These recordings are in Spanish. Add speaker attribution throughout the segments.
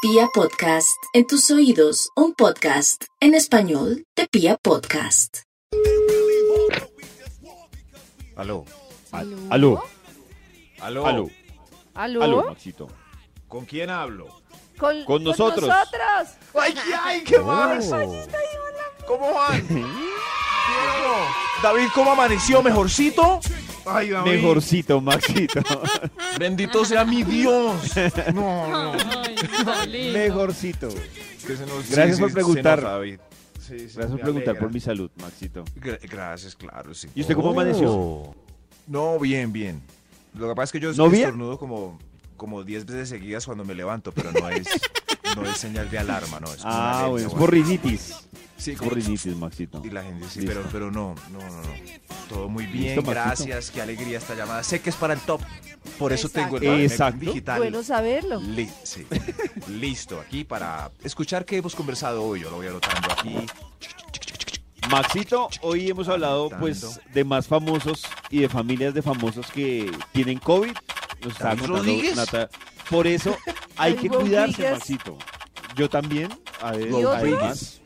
Speaker 1: Pia Podcast, en tus oídos, un podcast en español de Pia Podcast.
Speaker 2: Aló,
Speaker 3: ¿Aló?
Speaker 4: Aló,
Speaker 2: aló,
Speaker 4: aló,
Speaker 3: ¿Aló?
Speaker 4: aló, Maxito.
Speaker 2: ¿Con quién hablo?
Speaker 3: Con,
Speaker 4: con nosotros.
Speaker 3: nosotros.
Speaker 2: ¡Ay, ay, qué mal!
Speaker 4: Oh.
Speaker 2: ¿Cómo van? David, ¿cómo amaneció? ¿Mejorcito? Ay, David.
Speaker 4: Mejorcito, Maxito.
Speaker 2: Bendito sea mi Dios. No, no.
Speaker 4: Mejorcito.
Speaker 2: que se nos-
Speaker 4: Gracias por
Speaker 2: se
Speaker 4: preguntar.
Speaker 2: nota, David. Sí, sí,
Speaker 4: Gracias por
Speaker 2: me
Speaker 4: preguntar
Speaker 2: alegra.
Speaker 4: por mi salud, Maxito.
Speaker 2: Gra- gracias, claro, sí. Oh.
Speaker 4: ¿Y usted cómo amaneció?
Speaker 2: No, bien, bien. Lo que pasa es que yo
Speaker 4: ¿No bien?
Speaker 2: estornudo como como 10 veces seguidas cuando me levanto, pero no es no es señal de alarma, no. Es como una
Speaker 4: Ah,
Speaker 2: alerta,
Speaker 4: bueno, es
Speaker 2: bueno.
Speaker 4: borrinitis.
Speaker 2: Sí,
Speaker 4: Es
Speaker 2: como-
Speaker 4: Borrinitis, Maxito.
Speaker 2: Y la gente sí,
Speaker 4: Listo.
Speaker 2: pero, pero no, no, no, no. Todo muy bien,
Speaker 4: Listo, Maxito.
Speaker 2: gracias, qué alegría esta llamada. Sé que es para el top, por eso
Speaker 3: Exacto.
Speaker 2: tengo el
Speaker 4: Exacto.
Speaker 2: digital.
Speaker 3: Bueno saberlo.
Speaker 2: Li- sí. Listo, aquí para escuchar qué hemos conversado hoy. Yo lo voy anotando aquí.
Speaker 4: Maxito, hoy hemos hablado pues de más famosos y de familias de famosos que tienen COVID. Nos estaba
Speaker 2: David
Speaker 4: contando
Speaker 2: Rodríguez.
Speaker 4: Nata. Por eso hay que
Speaker 3: David
Speaker 4: cuidarse,
Speaker 3: Rodríguez.
Speaker 4: Maxito. Yo también. A ver,
Speaker 3: ¿Y otros? Oh.
Speaker 4: además,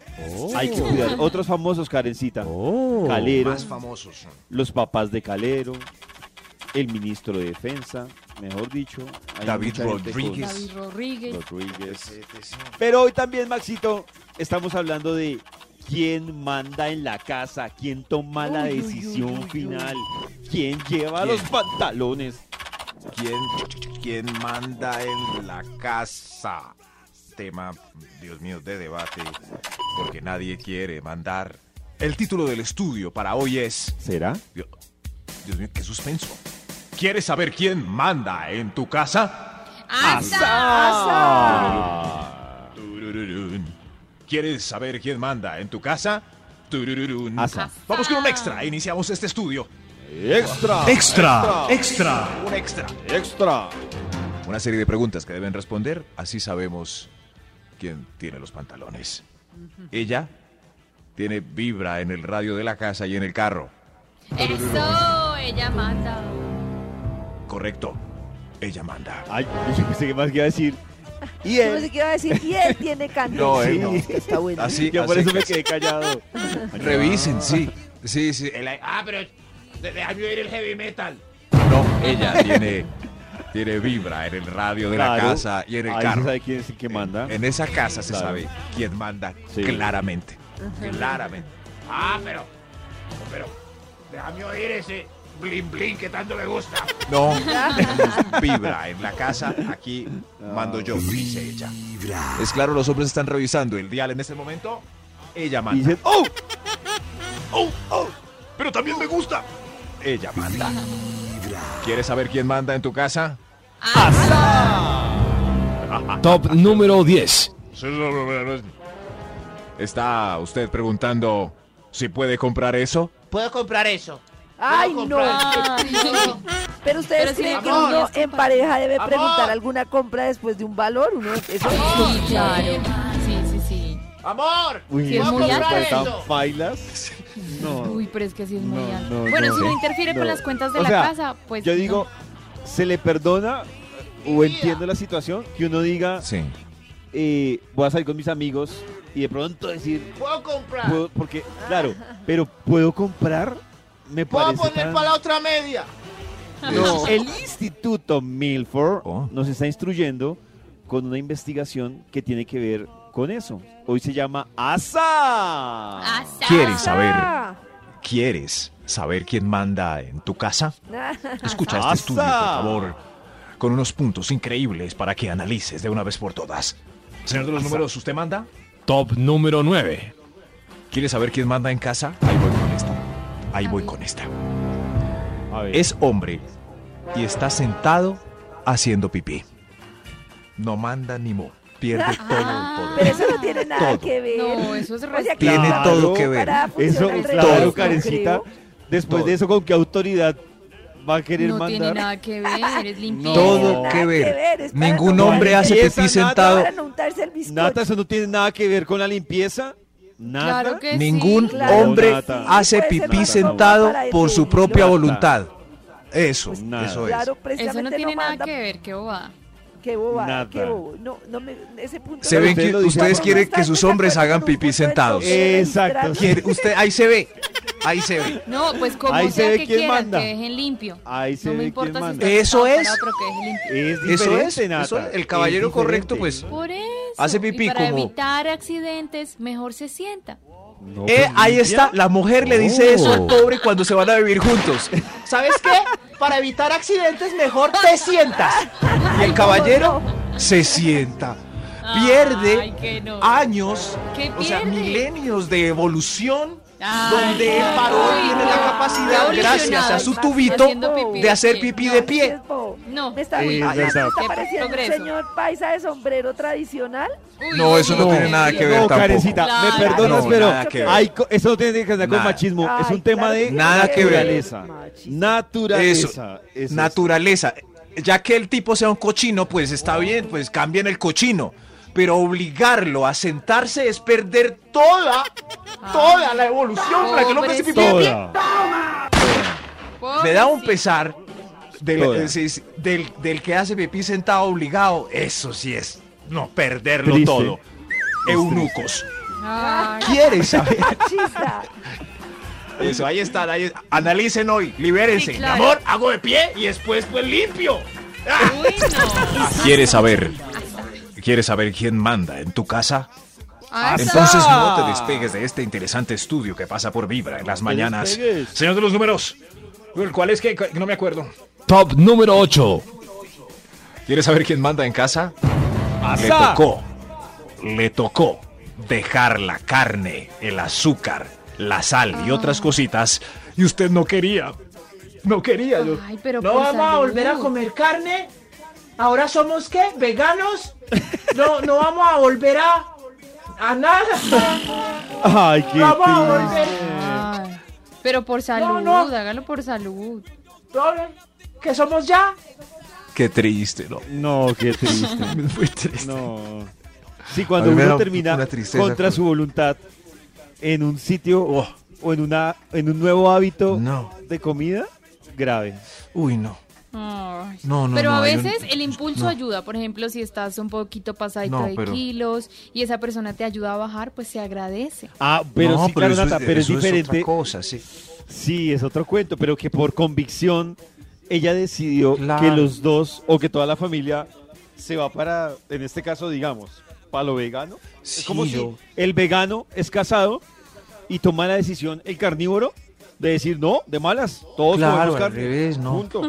Speaker 4: hay que cuidar. Otros famosos, Karencita. Oh, Calero.
Speaker 2: Más famosos.
Speaker 4: los papás de Calero, el ministro de Defensa, mejor dicho, hay
Speaker 2: David
Speaker 4: mucha gente
Speaker 2: Rodríguez.
Speaker 5: David Rodríguez.
Speaker 4: con Rodríguez. Pero hoy también, Maxito, estamos hablando de quién manda en la casa, quién toma la
Speaker 3: Uy, uy, uy,
Speaker 4: decisión
Speaker 3: uy, uy.
Speaker 4: final, quién lleva
Speaker 2: ¿Quién?
Speaker 4: los pantalones.
Speaker 2: ¿Quién, ¿Quién manda en la casa? Tema, Dios mío, de debate, porque nadie quiere mandar. El título del estudio para hoy es
Speaker 4: ¿Será?
Speaker 2: Dios, Dios mío, qué suspenso. ¿Quieres saber quién manda en tu casa?
Speaker 4: Ah,
Speaker 2: Turururún. ¿Quieres saber quién manda en tu casa? Turururún.
Speaker 4: Asa.
Speaker 2: Vamos con un extra. Iniciamos este estudio.
Speaker 4: Extra,
Speaker 2: Ah. Extra. Extra. Un extra.
Speaker 4: extra.
Speaker 2: Una serie de preguntas que deben responder. Así sabemos quién tiene los pantalones. Ella tiene vibra en el radio de la casa y en el carro.
Speaker 5: Eso, ella manda.
Speaker 2: Correcto. Ella manda.
Speaker 4: Ay, yo pensé que más que iba a decir. Y
Speaker 3: Yo no
Speaker 4: él,
Speaker 3: sé qué iba a decir. Y él tiene cáncer.
Speaker 2: No,
Speaker 4: él
Speaker 3: Sí,
Speaker 4: no.
Speaker 3: es que Está bueno.
Speaker 2: Así,
Speaker 4: yo por
Speaker 2: así
Speaker 4: eso me
Speaker 2: que-
Speaker 4: quedé callado.
Speaker 2: Revisen, sí. Sí, sí. Ah. el- ah, pero de- déjame oír el heavy metal. No, ella tiene, tiene vibra en el radio de la
Speaker 4: Claro,
Speaker 2: casa y en el
Speaker 4: ahí se
Speaker 2: carro.
Speaker 4: sabe quién es el que manda.
Speaker 2: En esa casa se
Speaker 4: Claro.
Speaker 2: sabe quién manda
Speaker 4: Sí.
Speaker 2: claramente. Claramente. Ah, pero. Pero. Déjame oír ese blin blin que tanto me gusta. No, vibra en la casa. Aquí mando yo, dice ella. Es claro, los hombres están revisando el dial en este momento. Ella
Speaker 4: Y
Speaker 2: manda.
Speaker 4: dicen, ¡Oh!
Speaker 2: ¡Oh! ¡Oh! ¡Pero también me gusta! Ella manda. ¿Quieres saber quién manda en tu casa?
Speaker 6: Top número 10.
Speaker 2: ¿Está usted preguntando si puede comprar eso?
Speaker 7: ¿Puedo comprar eso?
Speaker 3: Ay, no. Pero ustedes
Speaker 5: Pero si
Speaker 3: creen
Speaker 5: le
Speaker 3: que
Speaker 5: amor,
Speaker 3: uno
Speaker 5: es
Speaker 3: en pareja debe
Speaker 7: Amor.
Speaker 3: preguntar alguna compra después de un valor. Uno, eso
Speaker 5: Sí, claro. Sí, sí, sí.
Speaker 7: ¡Amor!
Speaker 4: Uy,
Speaker 5: Sí, es
Speaker 4: ¿no
Speaker 5: muy
Speaker 4: puede
Speaker 5: alto
Speaker 4: estar
Speaker 7: eso.
Speaker 4: bailas? No.
Speaker 5: Uy, pero es que sí es
Speaker 4: No,
Speaker 5: muy alto.
Speaker 4: no,
Speaker 5: bueno,
Speaker 4: no.
Speaker 5: si no interfiere
Speaker 4: No.
Speaker 5: con las cuentas de
Speaker 4: O
Speaker 5: la
Speaker 4: sea,
Speaker 5: casa, pues.
Speaker 4: Yo
Speaker 5: no.
Speaker 4: digo, ¿se le perdona o entiendo la situación? Que uno diga,
Speaker 2: Sí.
Speaker 4: eh, voy a salir con mis amigos y de pronto decir,
Speaker 7: ¿Puedo comprar?
Speaker 4: puedo- porque, claro, pero ¿puedo comprar? Me
Speaker 7: ¿Puedo
Speaker 4: parece
Speaker 7: poner
Speaker 4: tan-
Speaker 7: para la otra media?
Speaker 4: No, el Instituto Milford
Speaker 2: Oh.
Speaker 4: nos está instruyendo con una investigación que tiene que ver con eso. Hoy se llama ASA.
Speaker 5: Asa.
Speaker 2: ¿Quieres saber?
Speaker 3: ¡Ah!
Speaker 2: ¿Quieres saber quién manda en tu casa? Escucha este
Speaker 4: ¡Asa!
Speaker 2: estudio, por favor, con unos puntos increíbles para que analices de una vez por todas. Señor de los números, ¿usted manda?
Speaker 6: Top número 9.
Speaker 2: ¿Quiere saber quién manda en casa? Ahí voy con esta. Ahí voy con esta.
Speaker 4: A ver.
Speaker 2: Es hombre y está sentado haciendo pipí. No manda ni mo. Pierde todo el poder.
Speaker 3: Ah, Pero eso no tiene nada
Speaker 2: Todo.
Speaker 3: que ver.
Speaker 5: No, eso es
Speaker 3: O sea,
Speaker 5: re-
Speaker 3: que
Speaker 2: Tiene
Speaker 3: para-
Speaker 2: todo que ver.
Speaker 3: para
Speaker 4: Eso,
Speaker 3: funcionar el
Speaker 4: claro,
Speaker 3: resto,
Speaker 4: Karencita.
Speaker 3: creo.
Speaker 4: Después
Speaker 2: Todo.
Speaker 4: de eso, ¿con qué autoridad va a querer
Speaker 5: no
Speaker 4: mandar?
Speaker 5: tiene nada que ver, es limpio.
Speaker 2: Todo
Speaker 3: Nada
Speaker 2: que ver.
Speaker 3: es para
Speaker 2: Ningún
Speaker 3: no-
Speaker 2: hombre hace
Speaker 4: Empieza
Speaker 2: pipí
Speaker 4: nada.
Speaker 2: sentado.
Speaker 3: Para no untarse el bizcocho.
Speaker 4: Nata, eso no tiene nada que ver con la limpieza. Nada.
Speaker 5: Claro que
Speaker 2: Ningún
Speaker 5: sí.
Speaker 3: Claro.
Speaker 2: hombre
Speaker 4: No, Nata.
Speaker 2: hace
Speaker 3: Puede ser
Speaker 2: pipí
Speaker 4: Nata,
Speaker 2: sentado
Speaker 3: no. Para
Speaker 2: por su
Speaker 3: eso,
Speaker 2: propia
Speaker 4: Nata.
Speaker 2: voluntad. Eso,
Speaker 4: Pues Nada.
Speaker 2: eso es.
Speaker 3: Claro,
Speaker 5: Eso
Speaker 3: precisamente
Speaker 5: no tiene nada
Speaker 3: manda.
Speaker 5: que ver, qué boba.
Speaker 3: Qué boba,
Speaker 4: Nada.
Speaker 3: qué bobo. No, no me, ese punto
Speaker 2: Se
Speaker 3: no-
Speaker 2: ven
Speaker 4: Ustedes
Speaker 2: que
Speaker 4: lo dicen.
Speaker 2: ustedes quieren
Speaker 3: Está
Speaker 2: que sus
Speaker 3: de
Speaker 2: hombres
Speaker 3: acuerdo
Speaker 2: hagan
Speaker 3: con un
Speaker 2: pipí
Speaker 3: punto de
Speaker 2: sentados.
Speaker 3: torcida,
Speaker 4: Exacto.
Speaker 3: literal.
Speaker 2: Quiere- usted, ahí se ve. Ahí se ve.
Speaker 5: No, pues como
Speaker 4: Ahí se
Speaker 5: sea
Speaker 4: ve
Speaker 5: que
Speaker 4: quién
Speaker 5: quieran,
Speaker 4: manda.
Speaker 5: que dejen limpio.
Speaker 4: Ahí se
Speaker 5: no
Speaker 4: ve
Speaker 5: me
Speaker 4: quién
Speaker 5: importa si
Speaker 4: manda.
Speaker 5: está
Speaker 2: Eso
Speaker 5: tapado
Speaker 2: es.
Speaker 5: para otro, que dejen limpio.
Speaker 4: Es
Speaker 2: Eso
Speaker 4: diferente,
Speaker 2: es.
Speaker 4: Nata,
Speaker 2: eso es.
Speaker 4: es
Speaker 2: El caballero correcto,
Speaker 4: diferente.
Speaker 2: pues.
Speaker 5: Por eso.
Speaker 2: Hace
Speaker 5: y
Speaker 2: pipí
Speaker 5: para
Speaker 2: como-
Speaker 5: evitar accidentes, mejor se sienta.
Speaker 4: No,
Speaker 2: Eh,
Speaker 4: pues,
Speaker 2: ahí
Speaker 4: limpia.
Speaker 2: está. La mujer le dice eso
Speaker 4: Oh.
Speaker 2: al pobre cuando se van a vivir juntos.
Speaker 7: ¿Sabes qué? Para evitar accidentes, mejor te sientas.
Speaker 2: Y el caballero se sienta. Pierde
Speaker 5: Ay, que no.
Speaker 2: años,
Speaker 5: ¿Qué
Speaker 2: o sea,
Speaker 5: pierde?
Speaker 2: milenios de evolución
Speaker 5: Ay,
Speaker 2: donde el
Speaker 5: no,
Speaker 2: varón
Speaker 5: no,
Speaker 2: tiene la
Speaker 5: no.
Speaker 2: capacidad,
Speaker 5: Está
Speaker 2: gracias a
Speaker 5: evolucionado,
Speaker 2: su
Speaker 5: está
Speaker 2: tubito,
Speaker 5: haciendo pipí
Speaker 2: de hacer
Speaker 5: pie.
Speaker 2: pipí de pie.
Speaker 3: No,
Speaker 5: No.
Speaker 3: Me está,
Speaker 2: Sí,
Speaker 3: me
Speaker 2: es
Speaker 3: está
Speaker 2: exacto.
Speaker 3: pareciendo un
Speaker 5: Progreso.
Speaker 3: señor paisa de sombrero tradicional.
Speaker 5: Uy,
Speaker 2: No, eso no tiene nada que ver
Speaker 4: No,
Speaker 2: tampoco.
Speaker 4: Karencita,
Speaker 5: Claro.
Speaker 4: me perdonas,
Speaker 2: No,
Speaker 4: pero
Speaker 2: nada que ver.
Speaker 4: hay co- eso no tiene que ver con
Speaker 2: Nada.
Speaker 4: machismo. es
Speaker 3: Ay,
Speaker 4: un tema
Speaker 3: claro
Speaker 4: de
Speaker 3: que
Speaker 2: Nada que ver.
Speaker 4: naturaleza.
Speaker 3: Machismo.
Speaker 4: Naturaleza. Eso es.
Speaker 2: Naturaleza. Ya que el tipo sea un cochino, pues está bien, pues cambien el cochino. Pero obligarlo a sentarse es perder toda,
Speaker 5: Ah.
Speaker 2: toda la evolución para que el hombre se pipí de pie.
Speaker 4: Toda.
Speaker 2: Me da un pesar del,
Speaker 4: Toda.
Speaker 2: eh, sí, sí, del, del que hace pipí sentado obligado. Eso sí es no perderlo
Speaker 4: Triste.
Speaker 2: todo.
Speaker 4: Es
Speaker 2: Eunucos.
Speaker 5: Ay,
Speaker 2: ¿Quieres saber?
Speaker 3: Machista.
Speaker 2: Eso, ahí están. Ahí, analicen hoy, libérense.
Speaker 5: Sí, claro.
Speaker 2: Amor,
Speaker 7: Hago de pie y después, pues limpio.
Speaker 5: uy, no.
Speaker 2: Ah, ¿Quieres saber? ¿Quieres saber quién manda en tu casa?
Speaker 5: Ay,
Speaker 2: Ah, Entonces no te despegues de este interesante estudio que pasa por Vibra en las mañanas.
Speaker 4: despegues.
Speaker 2: Señor de los números, ¿cuál es que que no me acuerdo?
Speaker 8: Top número 8.
Speaker 2: ¿Quieres saber quién manda en casa? Le
Speaker 4: Asa.
Speaker 2: tocó, le tocó dejar la carne, el azúcar, la sal y otras cositas y usted no quería. No quería yo.
Speaker 5: Ay, pero
Speaker 7: No
Speaker 5: por
Speaker 7: vamos a
Speaker 5: salud.
Speaker 7: volver a comer carne. Ahora somos qué? ¿Veganos? No, no vamos a volver a. A nada.
Speaker 4: Ay, qué
Speaker 7: Vamos a
Speaker 4: triste.
Speaker 7: volver.
Speaker 5: Ay, pero por salud, hágalo por salud.
Speaker 7: no, Que somos ya.
Speaker 2: Qué triste, ¿no?
Speaker 4: No, qué triste.
Speaker 2: Muy triste.
Speaker 4: No. Sí,
Speaker 2: A
Speaker 4: cuando
Speaker 2: mí me
Speaker 4: uno
Speaker 2: da
Speaker 4: termina
Speaker 2: una tristeza
Speaker 4: contra
Speaker 2: con-
Speaker 4: su voluntad en un sitio oh, o en una en un nuevo hábito
Speaker 2: No.
Speaker 4: de comida, grave.
Speaker 2: Uy, no.
Speaker 5: Ay.
Speaker 2: No, no,
Speaker 5: pero
Speaker 2: no,
Speaker 5: a
Speaker 2: hay un-
Speaker 5: veces el impulso ayuda. Por ejemplo, si estás un poquito pasadito
Speaker 2: No,
Speaker 5: de
Speaker 2: pero-
Speaker 5: kilos y esa persona te ayuda a bajar, pues se agradece.
Speaker 4: Ah, pero
Speaker 2: No,
Speaker 4: sí, claro,
Speaker 2: eso
Speaker 4: Nata, pero es
Speaker 2: eso
Speaker 4: diferente.
Speaker 2: otra cosa, sí.
Speaker 4: sí, es otro cuento, pero que por convicción ella decidió
Speaker 2: Claro.
Speaker 4: que los dos o que toda la familia se va para, en este caso, digamos, para lo vegano.
Speaker 2: Sí,
Speaker 4: es como
Speaker 2: yo-
Speaker 4: si el vegano es casado y toma la decisión el carnívoro de decir no, de malas, todos
Speaker 2: Claro,
Speaker 4: comemos
Speaker 2: al
Speaker 4: carne,
Speaker 2: revés, no.
Speaker 4: punto.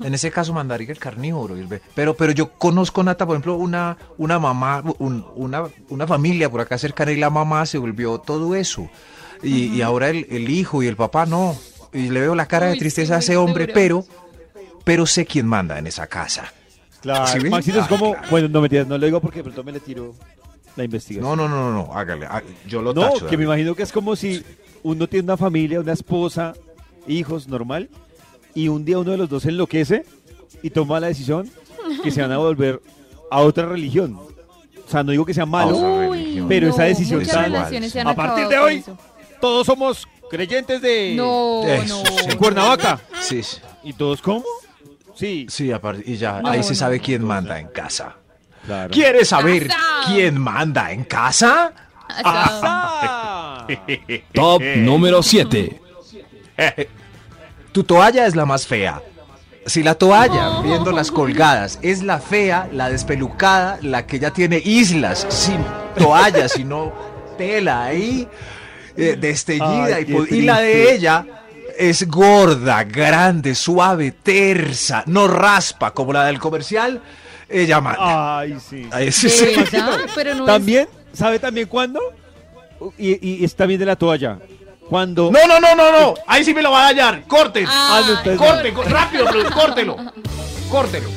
Speaker 2: En ese caso mandaría el carnívoro. y el ve- Pero, pero yo conozco, Nata, por ejemplo, una, una mamá, un- una, una familia por acá cercana y la mamá se volvió todo eso. Y, y ahora el, el hijo y el papá no. Y le veo la cara
Speaker 5: Uy,
Speaker 2: de
Speaker 5: sí,
Speaker 2: tristeza a
Speaker 5: muy
Speaker 2: ese hombre,
Speaker 5: duro.
Speaker 2: pero, pero sé quién manda en esa casa.
Speaker 4: Claro,
Speaker 2: ¿Sí ven?
Speaker 4: Maxito es
Speaker 2: Ah,
Speaker 4: como,
Speaker 2: claro.
Speaker 4: bueno, no mentiras, no lo digo porque de pronto me le tiro la
Speaker 2: No,
Speaker 4: investigación.
Speaker 2: no, no, no, no, hágale. há- Yo lo
Speaker 4: No,
Speaker 2: tacho.
Speaker 4: que
Speaker 2: David.
Speaker 4: me imagino que es como si uno tiene una familia, una esposa, hijos, normal, y un día uno de los dos enloquece y toma la decisión que se van a volver a otra religión. O sea, no digo que sea malo,
Speaker 2: Vamos a ver,
Speaker 5: Uy,
Speaker 4: pero esa decisión
Speaker 5: muchas
Speaker 4: tan-
Speaker 5: relaciones se han
Speaker 4: A partir
Speaker 5: acabado
Speaker 4: de
Speaker 5: por
Speaker 4: hoy,
Speaker 5: eso.
Speaker 4: todos somos creyentes de
Speaker 5: No,
Speaker 2: Eso
Speaker 5: no.
Speaker 2: Eh, sí.
Speaker 5: no.
Speaker 4: Cuernavaca.
Speaker 2: Sí, sí,
Speaker 4: ¿Y todos cómo? Sí.
Speaker 2: sí, aparte- y ya,
Speaker 5: No,
Speaker 2: ahí se
Speaker 5: no,
Speaker 2: sabe
Speaker 5: no,
Speaker 2: quién manda en casa.
Speaker 4: Claro.
Speaker 2: ¿Quieres saber
Speaker 5: ¡Casa!
Speaker 2: quién manda en casa?
Speaker 5: Acabado.
Speaker 4: Ah.
Speaker 8: Top número 7.
Speaker 2: Tu toalla es la más fea. Si la toalla,
Speaker 5: No.
Speaker 2: viendo las colgadas, es la fea, la despelucada, la que ya tiene islas sin toalla, sino tela ahí, eh, destellida.
Speaker 4: Ay,
Speaker 2: y,
Speaker 4: qué
Speaker 2: po- y la de
Speaker 4: triste.
Speaker 2: ella es gorda, grande, suave, tersa, no raspa como la del comercial. Ella manda.
Speaker 4: Ay, Ah. sí.
Speaker 2: Ahí sí, sí.
Speaker 5: De verdad, pero no es-
Speaker 4: También, ¿sabe también cuándo? Y, y está bien de la toalla. Cuando.
Speaker 7: No, no, no, no, no. Ahí sí me lo va a dañar. Corten.
Speaker 5: Ah,
Speaker 4: no, entonces-
Speaker 7: Corten, co- rápido, pero córtelo. Córtelo.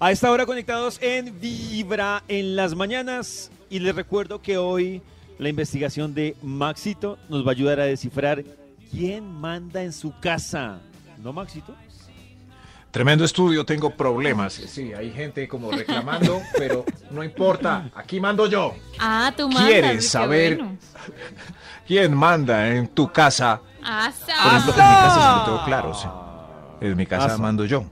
Speaker 4: A esta hora conectados en Vibra en las mañanas. Y les recuerdo que hoy la investigación de Maxito nos va a ayudar a descifrar quién manda en su casa. ¿No, Maxito?
Speaker 2: Tremendo estudio, tengo problemas. Sí, hay gente como reclamando, pero no importa, aquí mando yo.
Speaker 5: Ah, tú mandas.
Speaker 2: ¿Quieres
Speaker 5: uy, qué
Speaker 2: saber?
Speaker 5: bueno.
Speaker 2: ¿Quién manda en tu casa?
Speaker 5: Asa.
Speaker 2: Ah, Por ejemplo, en mi casa sí lo tengo claro, sí. En mi casa
Speaker 4: Asa.
Speaker 2: mando yo.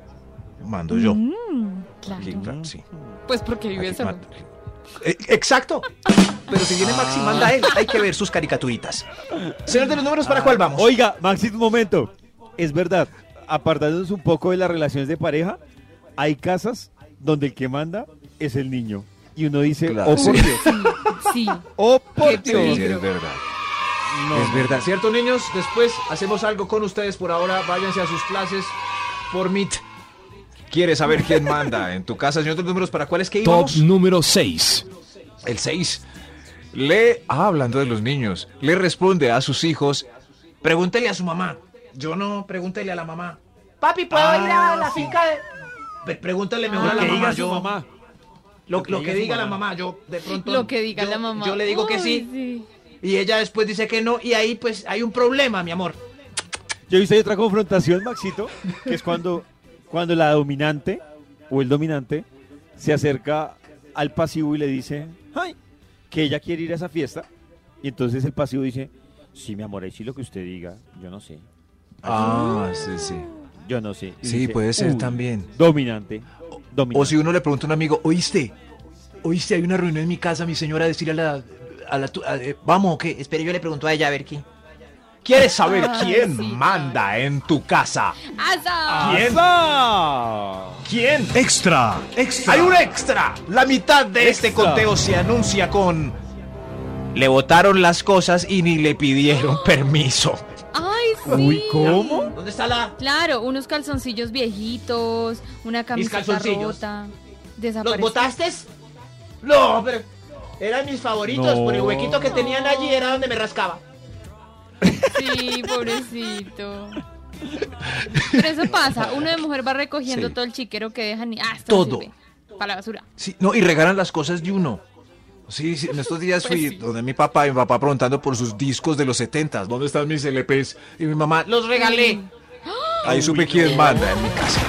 Speaker 2: Mando yo.
Speaker 5: Mm, Claro.
Speaker 2: Sí, claro, sí.
Speaker 5: Pues porque vive
Speaker 2: Aquí,
Speaker 5: solo.
Speaker 2: ma- Eh, Exacto. Pero si viene Maxi, manda él. Hay que ver sus caricaturitas. Señor de los números, ¿para cuál vamos?
Speaker 4: Oiga, Maxi, un momento. Es verdad, apartándonos un poco de las relaciones de pareja, hay casas donde el que manda es el niño. Y uno dice,
Speaker 2: Claro,
Speaker 4: oh por
Speaker 2: sí.
Speaker 4: Dios,
Speaker 5: Sí.
Speaker 4: oh por
Speaker 5: Qué
Speaker 4: Dios.
Speaker 5: peligro.
Speaker 2: es verdad.
Speaker 4: No,
Speaker 2: Es verdad, ¿cierto, niños? Después hacemos algo con ustedes por ahora. Váyanse a sus clases por Meet. ¿Quieres saber quién manda en tu casa? Señor de los números, ¿para cuál es que
Speaker 8: Top
Speaker 2: íbamos?
Speaker 8: número 6.
Speaker 2: El 6. Le, ah, hablando de los niños, le responde a sus hijos, pregúntele a su mamá. Yo no, pregúntele a la mamá.
Speaker 7: Papi, ¿puedo
Speaker 2: Ah,
Speaker 7: ir a la
Speaker 2: sí.
Speaker 7: finca de.?
Speaker 2: Pe- Pregúntale mejor a la
Speaker 4: Ah, que
Speaker 2: mamá.
Speaker 4: diga su
Speaker 2: yo-
Speaker 4: mamá.
Speaker 2: Lo, lo que
Speaker 4: su
Speaker 2: diga la
Speaker 4: mamá.
Speaker 2: mamá, yo de pronto.
Speaker 5: Lo que diga
Speaker 2: yo-
Speaker 5: la mamá.
Speaker 2: Yo le digo que
Speaker 5: Uy,
Speaker 2: sí, y ella después dice que no, y ahí pues hay un problema, mi amor.
Speaker 4: Yo he visto ahí otra confrontación, Maxito, que es cuando, cuando la dominante o el dominante se acerca al pasivo y le dice "Ay", que ella quiere ir a esa fiesta. Y entonces el pasivo dice, sí, mi amor, ahí sí lo que usted diga, yo no sé,
Speaker 2: Ah, sí, sí.
Speaker 4: yo no sé. Y
Speaker 2: Sí,
Speaker 4: dice,
Speaker 2: puede ser
Speaker 4: "Uy,
Speaker 2: también.
Speaker 4: Dominante, dominante.
Speaker 2: O si uno le pregunta a un amigo, ¿oíste? ¿Oíste? Hay una reunión en mi casa, mi señora, decir a la... A la tu- a- eh, vamos, ¿o ¿qué? Espere, yo le pregunto a ella a ver quién. ¿Quieres saber
Speaker 5: Ay,
Speaker 2: quién
Speaker 5: sí,
Speaker 2: manda en tu casa?
Speaker 5: Ah, ¡Asa!
Speaker 2: ¿Quién? ¿Quién?
Speaker 8: Extra.
Speaker 2: Extra. Hay un extra. La mitad de este
Speaker 4: Extra.
Speaker 2: conteo se anuncia con... Le botaron las cosas y ni le pidieron permiso.
Speaker 5: ¡Ay, sí!
Speaker 4: Uy, ¿cómo?
Speaker 7: ¿Dónde está la.?
Speaker 5: Claro, unos calzoncillos viejitos, una camiseta
Speaker 7: calzoncillos?
Speaker 5: rota.
Speaker 7: ¿Los
Speaker 5: Desapareció.
Speaker 7: botaste? No, pero. Eran mis favoritos,
Speaker 4: No.
Speaker 7: por el huequito que tenían allí era donde me rascaba.
Speaker 5: Sí, pobrecito. Pero eso pasa. Uno de mujer va recogiendo
Speaker 2: Sí.
Speaker 5: todo el chiquero que dejan y. ¡Ah, esto no
Speaker 2: Todo.
Speaker 5: sirve. Para la basura.
Speaker 2: Sí, no, y regalan las cosas de uno. Sí, sí, en estos días
Speaker 5: Pues
Speaker 2: fui
Speaker 5: sí.
Speaker 2: donde mi papá y mi papá preguntando por sus discos de los 70 ¿Dónde están mis LPs? Y mi mamá, los regalé.
Speaker 5: Mm.
Speaker 2: Ahí supe quién manda en mi casa.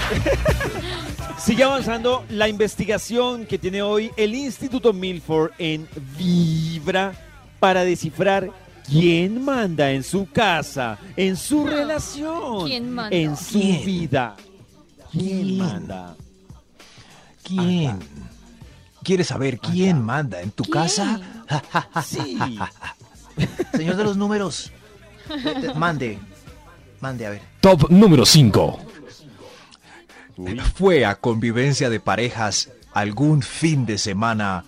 Speaker 4: Sigue avanzando la investigación que tiene hoy el Instituto Milford en Vibra para descifrar quién manda en su casa, en su relación,
Speaker 5: ¿Quién manda?
Speaker 4: en su
Speaker 2: ¿Quién?
Speaker 4: vida. ¿Quién,
Speaker 2: ¿Quién?
Speaker 4: manda?
Speaker 2: ¿Quién? ¿Quieres saber quién manda en tu
Speaker 5: ¿Quién?
Speaker 2: casa?
Speaker 4: Sí.
Speaker 7: Señor de los números. Mande. Mande, a ver.
Speaker 8: Top número 5.
Speaker 2: Fue a convivencia de parejas algún fin de semana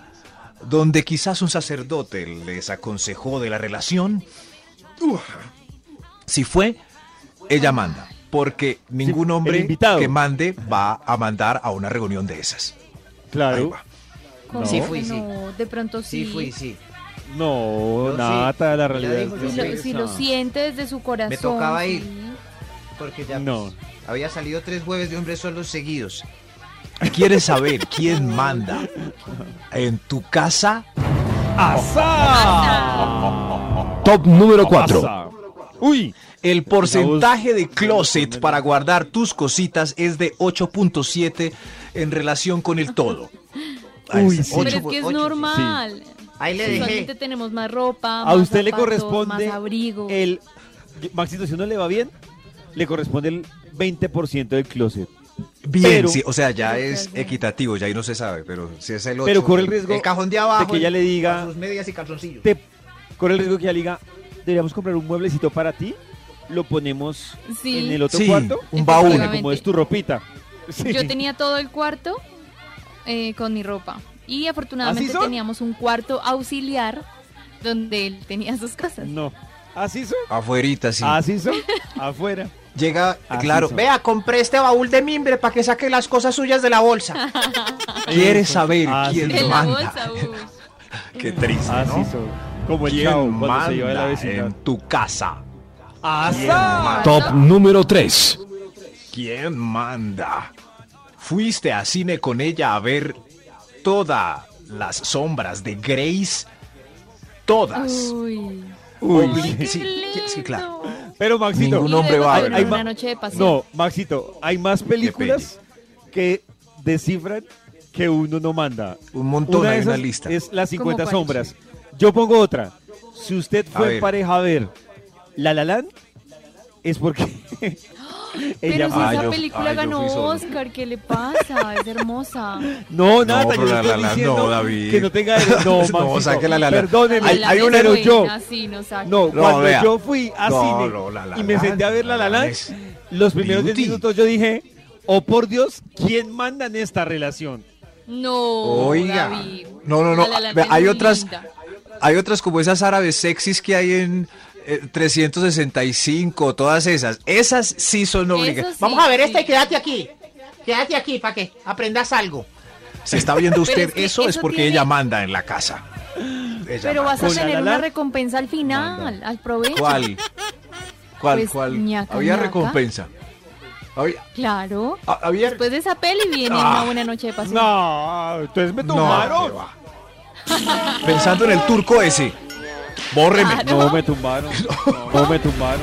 Speaker 2: donde quizás un sacerdote les aconsejó de la relación. Si fue, ella manda, porque ningún
Speaker 4: el
Speaker 2: hombre
Speaker 4: invitado.
Speaker 2: que mande va a mandar a una reunión de esas. Ahí
Speaker 4: Claro.
Speaker 2: va.
Speaker 5: ¿Cómo
Speaker 4: Sí
Speaker 5: que
Speaker 7: fui, sí.
Speaker 5: No, de pronto sí.
Speaker 7: sí.
Speaker 4: No,
Speaker 7: Yo
Speaker 4: Nata, la realidad.
Speaker 7: digo,
Speaker 4: es
Speaker 5: Si
Speaker 4: que
Speaker 5: lo, si lo
Speaker 4: esa.
Speaker 5: siente desde su corazón.
Speaker 7: tocaba
Speaker 5: sí.
Speaker 7: ir. Porque ya pues,
Speaker 4: No.
Speaker 7: había salido tres jueves de hombres solos seguidos.
Speaker 2: ¿Quieres saber quién manda en tu casa?
Speaker 8: Top número 4.
Speaker 4: Pasa. Uy,
Speaker 2: El porcentaje de closet para guardar tus cositas es de 8.7 en relación con el todo. Ahí
Speaker 4: Uy,
Speaker 2: está,
Speaker 4: sí.
Speaker 5: Pero
Speaker 2: ocho
Speaker 5: es que es
Speaker 7: ocho, sí.
Speaker 5: normal.
Speaker 7: Ahí le
Speaker 5: Usualmente
Speaker 7: dejé.
Speaker 5: tenemos más ropa.
Speaker 4: a
Speaker 5: más
Speaker 4: usted le
Speaker 5: zapatos,
Speaker 4: corresponde
Speaker 5: Más abrigo.
Speaker 4: el Maxito, si no le va bien, le corresponde el 20% del closet.
Speaker 2: Bien,
Speaker 4: Pero-
Speaker 2: sí, o sea, ya
Speaker 5: Pero
Speaker 2: es
Speaker 5: que es-
Speaker 2: equitativo, ya ahí no se sabe, pero si es el 8.
Speaker 4: Pero corre el riesgo
Speaker 7: El cajón de
Speaker 5: Ah,
Speaker 7: abajo.
Speaker 4: de que ella le diga-
Speaker 7: Sus medias y calzoncillos.
Speaker 4: te corre el riesgo que ella le diga, deberíamos comprar un mueblecito para ti, lo ponemos
Speaker 5: Sí.
Speaker 4: en el otro
Speaker 2: Sí,
Speaker 4: cuarto,
Speaker 2: un baúl.
Speaker 4: para que acomodes tu ropita. Sí.
Speaker 5: Yo tenía todo el cuarto eh, con mi ropa. Y afortunadamente
Speaker 4: son?
Speaker 5: teníamos un cuarto auxiliar donde él tenía sus cosas.
Speaker 4: No. ¿Así son?
Speaker 2: Afuerita, sí.
Speaker 4: ¿Así son? Afuera.
Speaker 2: Llega,
Speaker 4: Así
Speaker 2: claro.
Speaker 4: son.
Speaker 7: Vea, compré este baúl de mimbre para que saque las cosas suyas de la
Speaker 5: Ah,
Speaker 7: bolsa.
Speaker 4: Ah,
Speaker 2: ¿Quieres
Speaker 4: Eso.
Speaker 2: saber
Speaker 4: Así
Speaker 2: quién
Speaker 4: son.
Speaker 5: En la
Speaker 2: manda?
Speaker 5: bolsa, uy.
Speaker 2: Qué triste,
Speaker 4: Así
Speaker 2: ¿no?
Speaker 4: son. Como el
Speaker 2: ¿Quién
Speaker 4: chavo cuando
Speaker 2: manda eh?
Speaker 4: se iba de la vecindad.
Speaker 2: en tu casa?
Speaker 8: Top número 3.
Speaker 2: ¿Quién manda? ¿Fuiste a cine con ella a ver todas las sombras de Grace? Todas.
Speaker 5: Uy.
Speaker 2: Uy,
Speaker 5: Ay, qué
Speaker 2: sí, sí, claro.
Speaker 5: lindo.
Speaker 4: Pero Maxito,
Speaker 2: Ningún
Speaker 5: Y
Speaker 2: hombre
Speaker 5: luego
Speaker 2: va a
Speaker 5: tuvieron
Speaker 4: ver.
Speaker 5: Una noche de pasión.
Speaker 4: no, Maxito, hay más películas que descifran que uno no manda.
Speaker 2: Un montón,
Speaker 4: una de
Speaker 2: hay una
Speaker 4: esas
Speaker 2: lista.
Speaker 4: Es las 50
Speaker 5: ¿Cómo cuál?
Speaker 4: sombras. Yo pongo otra. Si usted
Speaker 2: A
Speaker 4: fue
Speaker 2: ver.
Speaker 4: en pareja a ver La La Land, es porque
Speaker 5: Pero
Speaker 4: Ella
Speaker 5: si
Speaker 2: Ay,
Speaker 5: esa
Speaker 2: yo-
Speaker 5: película
Speaker 2: ay, yo
Speaker 5: ganó
Speaker 2: fui solo.
Speaker 5: Oscar, ¿qué le pasa? Es hermosa.
Speaker 4: No, nada,
Speaker 2: pero
Speaker 4: yo no
Speaker 2: la
Speaker 4: estoy
Speaker 2: La La,
Speaker 4: diciendo
Speaker 2: no, David.
Speaker 4: que no tenga derecho. No,
Speaker 2: No,
Speaker 4: Maxito,
Speaker 2: saque La La La.
Speaker 4: Perdóneme,
Speaker 5: Ay, la
Speaker 4: hay un
Speaker 5: vez
Speaker 4: héroe yo.
Speaker 5: buena, sí, no saque.
Speaker 4: No,
Speaker 2: No,
Speaker 4: cuando
Speaker 2: vea.
Speaker 4: yo fui a
Speaker 2: No,
Speaker 4: cine
Speaker 2: no, La La
Speaker 4: y me
Speaker 2: Land,
Speaker 4: senté a ver La La Land,
Speaker 2: es
Speaker 4: los primeros 10
Speaker 2: beauty.
Speaker 4: minutos yo dije, oh por Dios, ¿quién manda en esta relación?
Speaker 5: No,
Speaker 2: Oiga.
Speaker 5: David.
Speaker 2: No, no, no.
Speaker 5: La La Land
Speaker 2: Ve,
Speaker 5: es
Speaker 2: hay
Speaker 5: muy
Speaker 2: otras-
Speaker 5: linda.
Speaker 2: Hay otras como esas árabes sexys que hay en eh, 365, todas esas. Esas sí son
Speaker 5: Eso
Speaker 2: obligadas.
Speaker 5: sí,
Speaker 7: Vamos a ver este esta
Speaker 5: sí.
Speaker 7: y quédate aquí. Quédate aquí para que aprendas algo.
Speaker 2: Si está viendo
Speaker 5: Pero
Speaker 2: usted
Speaker 5: es que
Speaker 2: eso, es
Speaker 5: eso
Speaker 2: porque
Speaker 5: tiene-
Speaker 2: ella manda en la casa. Ella manda.
Speaker 5: Pero vas a
Speaker 4: Con La
Speaker 5: tener
Speaker 4: La
Speaker 5: una
Speaker 4: Land.
Speaker 5: recompensa al final. Al provecho.
Speaker 2: ¿Cuál? ¿Cuál?
Speaker 5: Pues,
Speaker 2: ¿Cuál?
Speaker 5: ñaca,
Speaker 2: había
Speaker 5: ñaca.
Speaker 2: recompensa. Había.
Speaker 5: Claro.
Speaker 2: a- había-
Speaker 5: Después de esa peli viene una buena noche de pasión.
Speaker 4: No, entonces me
Speaker 2: No,
Speaker 4: tumbaron.
Speaker 2: se va. Pensando en el turco ese. Bórreme.
Speaker 5: Claro.
Speaker 4: No me tumbaron. No me tumbaron.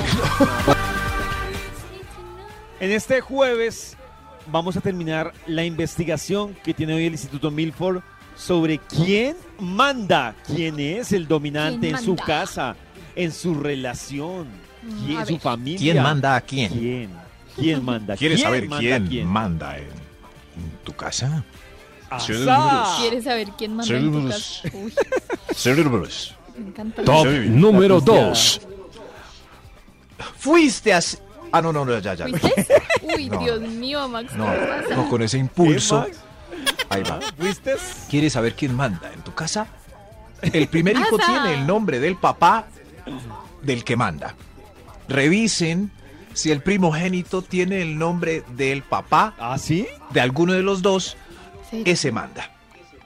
Speaker 4: En este jueves vamos a terminar la investigación que tiene hoy el Instituto Milford sobre quién manda, quién es el dominante
Speaker 5: ¿Quién
Speaker 4: en su
Speaker 5: manda?
Speaker 4: casa, en su relación,
Speaker 5: Mm,
Speaker 4: quién-
Speaker 5: a
Speaker 4: en su
Speaker 5: ver.
Speaker 4: familia.
Speaker 2: ¿Quién manda a quién?
Speaker 4: ¿Quién? ¿Quién manda?
Speaker 2: ¿Quieres saber
Speaker 4: manda
Speaker 2: quién,
Speaker 4: quién? Ah,
Speaker 2: manda en, en tu casa? Señor de los
Speaker 4: ¡Asá!
Speaker 5: ¿Quieres saber quién manda en tu casa? Uy, me encanta.
Speaker 8: Top número 2.
Speaker 2: Fuiste a... Ah, no, no, no, ya, ya.
Speaker 5: ¿Fuiste? Uy,
Speaker 2: No.
Speaker 5: Dios mío, Max.
Speaker 2: No,
Speaker 5: ¿qué pasa?
Speaker 2: no, con ese
Speaker 4: ¿Qué,
Speaker 2: impulso.
Speaker 4: Max?
Speaker 2: Ahí va.
Speaker 4: ¿Fuiste?
Speaker 2: ¿Quieres saber quién manda en tu casa? El primer hijo
Speaker 5: Asa.
Speaker 2: tiene el nombre del papá del que manda. Revisen si el primogénito tiene el nombre del papá
Speaker 4: ¿Ah, sí?
Speaker 2: de alguno de los dos,
Speaker 5: Sí.
Speaker 2: ese manda.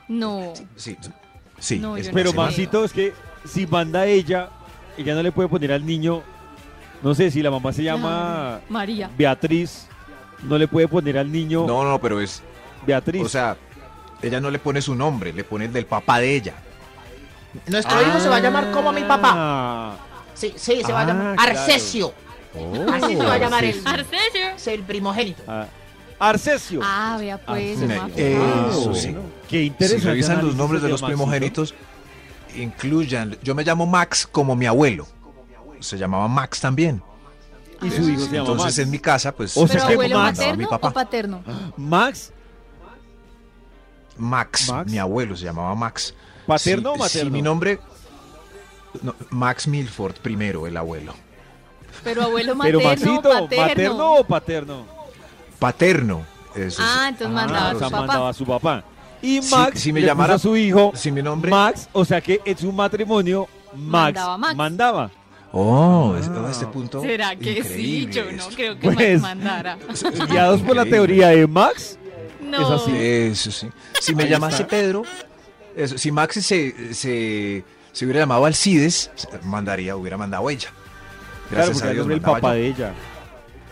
Speaker 5: No.
Speaker 2: Sí, sí.
Speaker 5: No,
Speaker 2: ese
Speaker 5: yo no
Speaker 4: Pero
Speaker 5: Sí,
Speaker 2: manda.
Speaker 4: Maxito, es que si manda ella, ella no le puede poner al niño, no sé, si la mamá se llama
Speaker 5: Claro. María.
Speaker 4: Beatriz, no le puede poner al niño
Speaker 2: No, no, pero es,
Speaker 4: Beatriz.
Speaker 2: o sea, ella no le pone su nombre, le pone el del papá de ella.
Speaker 7: Nuestro hijo se va a llamar como mi papá.
Speaker 4: Ah,
Speaker 7: Sí, sí, se va a
Speaker 4: Ah,
Speaker 7: llamar
Speaker 4: claro.
Speaker 7: Arcesio. Así se va a llamar él.
Speaker 5: Arcesio.
Speaker 7: Es el primogénito.
Speaker 4: Oh. ah, Arcesio.
Speaker 5: Ah, vea pues.
Speaker 2: Ah,
Speaker 5: es
Speaker 2: sí.
Speaker 5: más
Speaker 2: Eh,
Speaker 5: fácil.
Speaker 2: Eso sí.
Speaker 4: Qué
Speaker 2: Si
Speaker 4: interesante.
Speaker 2: revisan los
Speaker 4: análisis
Speaker 2: nombres de
Speaker 4: ese
Speaker 2: los
Speaker 4: Maxito.
Speaker 2: primogénitos, incluyan, yo me llamo Max como mi abuelo. Se llamaba Max también.
Speaker 4: Y su hijo se llama
Speaker 2: Entonces
Speaker 4: Max.
Speaker 2: en mi casa, pues.
Speaker 4: O sea,
Speaker 5: ¿Pero
Speaker 4: es que
Speaker 5: abuelo
Speaker 4: Max-
Speaker 2: mandaba mi
Speaker 5: materno o
Speaker 2: papá.
Speaker 5: paterno?
Speaker 4: Max,
Speaker 2: Max,
Speaker 4: Max.
Speaker 2: mi abuelo se llamaba Max.
Speaker 4: paterno
Speaker 2: Sí,
Speaker 4: o
Speaker 2: sí,
Speaker 4: materno.
Speaker 2: mi nombre. no, Max Milford primero, el abuelo.
Speaker 5: Pero abuelo
Speaker 4: Pero
Speaker 5: materno
Speaker 4: Maxito,
Speaker 5: o paterno.
Speaker 4: ¿materno o paterno?
Speaker 2: Paterno. Eso sí.
Speaker 5: Ah, entonces mandaba
Speaker 4: o
Speaker 5: a
Speaker 4: sea,
Speaker 5: su
Speaker 4: mandaba
Speaker 5: papá.
Speaker 4: a su papá. Y
Speaker 2: Si-
Speaker 4: Max
Speaker 2: si me
Speaker 4: le puso
Speaker 2: llamara-
Speaker 4: a su hijo
Speaker 2: si mi nombre-
Speaker 4: Max, o sea que en su matrimonio Max
Speaker 5: Mandaba
Speaker 4: mandaba.
Speaker 5: Max.
Speaker 2: Oh, es-
Speaker 4: Ah.
Speaker 2: oh, este punto.
Speaker 5: ¿Será que sí?
Speaker 2: increíble
Speaker 5: Yo no
Speaker 2: esto.
Speaker 5: creo que
Speaker 4: Pues-
Speaker 5: Max mandara.
Speaker 4: Guiados por la
Speaker 2: Increíble.
Speaker 4: teoría de Max,
Speaker 5: No.
Speaker 4: Es así.
Speaker 2: Eso sí. Si me
Speaker 4: Ahí
Speaker 2: llamase
Speaker 4: está.
Speaker 2: Pedro, eso, si Max se, se, se hubiera llamado Alcides, mandaría, hubiera mandado ella.
Speaker 4: claro,
Speaker 2: Gracias
Speaker 4: porque
Speaker 2: a
Speaker 4: el
Speaker 2: Dios
Speaker 4: nombre del
Speaker 2: mandaba
Speaker 4: papá
Speaker 2: yo.
Speaker 4: de ella.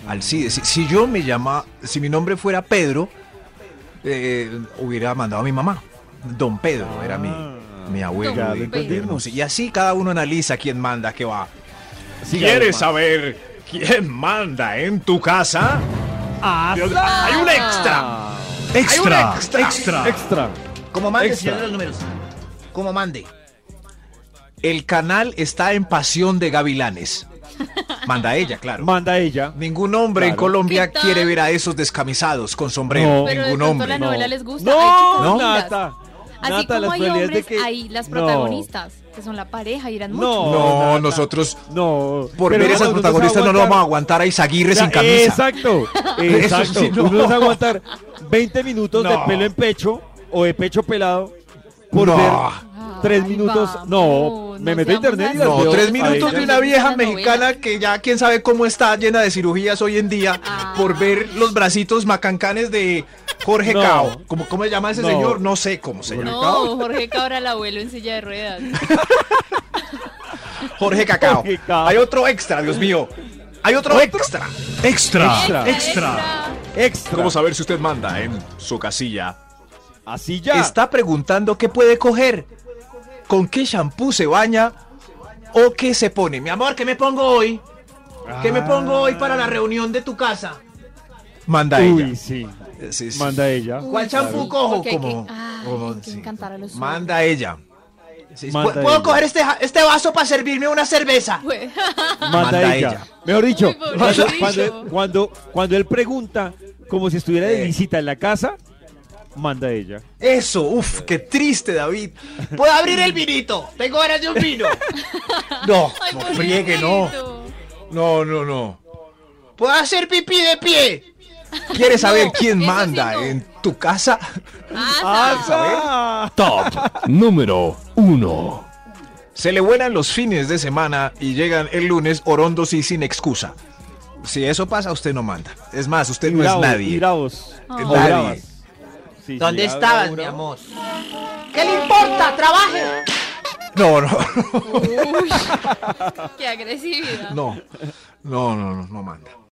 Speaker 2: Alcides. Si, si yo me llama, si mi nombre fuera Pedro, eh, hubiera mandado a mi mamá. Don Pedro era mi, mi abuelo.
Speaker 5: Don
Speaker 2: de-
Speaker 5: Pedro.
Speaker 2: de- hermoso. Y así cada uno analiza quién manda, qué va.
Speaker 4: Siga,
Speaker 8: ¿Quieres
Speaker 4: Max.
Speaker 8: saber quién manda en tu casa?
Speaker 5: Hay un extra.
Speaker 8: Extra, extra.
Speaker 4: Extra.
Speaker 7: Como mande,
Speaker 4: Extra.
Speaker 7: señor de los números. Como mande.
Speaker 2: El canal está en Pasión de Gavilanes. Manda ella, claro.
Speaker 4: Manda ella.
Speaker 2: Ningún hombre en
Speaker 4: Claro.
Speaker 2: Colombia
Speaker 5: ¿Qué tal?
Speaker 2: quiere ver a esos descamisados con sombrero.
Speaker 4: No.
Speaker 5: Pero de
Speaker 2: Ningún
Speaker 5: pronto
Speaker 2: hombre.
Speaker 5: la novela les gusta. hay
Speaker 4: No,
Speaker 5: chicas lindas.
Speaker 4: Nata. Nata,
Speaker 5: Así como
Speaker 4: las
Speaker 5: hay
Speaker 4: probabilidades de
Speaker 5: hombres,
Speaker 4: que-
Speaker 5: hay las
Speaker 4: No.
Speaker 5: protagonistas, que son la pareja y eran muchos.
Speaker 4: No,
Speaker 2: No,
Speaker 4: Nata.
Speaker 2: nosotros
Speaker 4: No.
Speaker 2: por
Speaker 4: Pero
Speaker 2: ver
Speaker 4: no,
Speaker 2: esas
Speaker 4: uno se
Speaker 2: protagonistas no lo
Speaker 4: aguanta-
Speaker 2: vamos a aguantar a Izaguirre sin
Speaker 4: Ya,
Speaker 2: camisa.
Speaker 4: Exacto. Exacto.
Speaker 2: sí, no.
Speaker 4: Uno se aguantar 20 minutos de
Speaker 8: No.
Speaker 4: pelo en pecho o de pecho pelado por
Speaker 2: No.
Speaker 4: ver tres
Speaker 5: Ay,
Speaker 4: minutos.
Speaker 5: vamos,
Speaker 4: no, me
Speaker 5: no
Speaker 4: meto a internet y
Speaker 5: seamos
Speaker 4: las
Speaker 2: No,
Speaker 4: veo
Speaker 2: tres
Speaker 4: a
Speaker 2: minutos
Speaker 4: ella.
Speaker 2: de una vieja
Speaker 5: Una novela.
Speaker 2: mexicana que ya quién sabe cómo está llena de cirugías hoy en día
Speaker 5: Ah.
Speaker 2: por ver los bracitos macancanes de Jorge
Speaker 4: No.
Speaker 2: Cao. ¿Cómo, ¿Cómo se llama ese
Speaker 4: No.
Speaker 2: señor? No sé cómo se llama.
Speaker 5: No, Jorge Cabra, el abuelo en silla de ruedas.
Speaker 2: Jorge Cacao.
Speaker 4: Jorge Cao.
Speaker 2: Hay otro extra, Dios mío. Hay otro, extra.
Speaker 8: Extra,
Speaker 4: Extra.
Speaker 8: extra.
Speaker 4: Extra.
Speaker 2: saber si usted manda en su casilla?
Speaker 4: Así ya.
Speaker 2: Está preguntando qué puede coger, con qué shampoo se baña o qué se pone. Mi amor, ¿qué me pongo hoy?
Speaker 7: ¿Qué me pongo hoy para la reunión de tu casa?
Speaker 2: Manda
Speaker 4: Uy,
Speaker 2: ella.
Speaker 4: sí.
Speaker 2: Eh, sí, sí.
Speaker 4: Manda ella.
Speaker 5: Uy,
Speaker 7: ¿Cuál champú
Speaker 5: sí,
Speaker 7: cojo?
Speaker 5: porque hay que-
Speaker 2: Como-
Speaker 5: ay,
Speaker 2: como-
Speaker 5: hay que
Speaker 2: sí.
Speaker 5: encantar a los
Speaker 2: Manda ella. Sí,
Speaker 4: Manda
Speaker 7: ¿Puedo
Speaker 4: ella.
Speaker 7: coger este, ja- este vaso para servirme una cerveza?
Speaker 5: Pues,
Speaker 4: Manda
Speaker 2: Manda
Speaker 4: ella.
Speaker 2: ella.
Speaker 4: Mejor dicho,
Speaker 5: Uy, pobrecito.
Speaker 4: cuando, cuando, cuando, cuando él pregunta como si estuviera de
Speaker 2: Eh.
Speaker 4: visita en la casa, manda ella.
Speaker 2: Eso, uf, qué triste, David.
Speaker 7: ¿Puedo abrir el vinito? Tengo ganas de un vino.
Speaker 2: No,
Speaker 5: ay,
Speaker 2: no
Speaker 5: pobrecito.
Speaker 2: friegue, no. No, no, no.
Speaker 7: ¿Puedo Pues hacer pipí de pie?
Speaker 2: ¿Quieres saber
Speaker 5: No,
Speaker 2: quién
Speaker 5: eso sí
Speaker 2: manda
Speaker 5: no.
Speaker 2: en tu casa?
Speaker 5: Ah,
Speaker 4: Ah,
Speaker 5: Asa.
Speaker 8: Top número 1.
Speaker 2: Se le vuelan los fines de semana y llegan el lunes orondos y sin excusa. Si eso pasa, usted no manda. Es más, usted
Speaker 4: Y
Speaker 2: no es
Speaker 4: bravos, y
Speaker 2: nadie.
Speaker 4: bravos,
Speaker 5: Ay.
Speaker 4: o bravas. Sí,
Speaker 7: ¿Dónde
Speaker 4: sí,
Speaker 7: estabas, mi amor? ¿Qué le importa? ¡Trabaje!
Speaker 2: No, no,
Speaker 5: Uy, qué agresividad.
Speaker 2: no. No, no, no, no manda.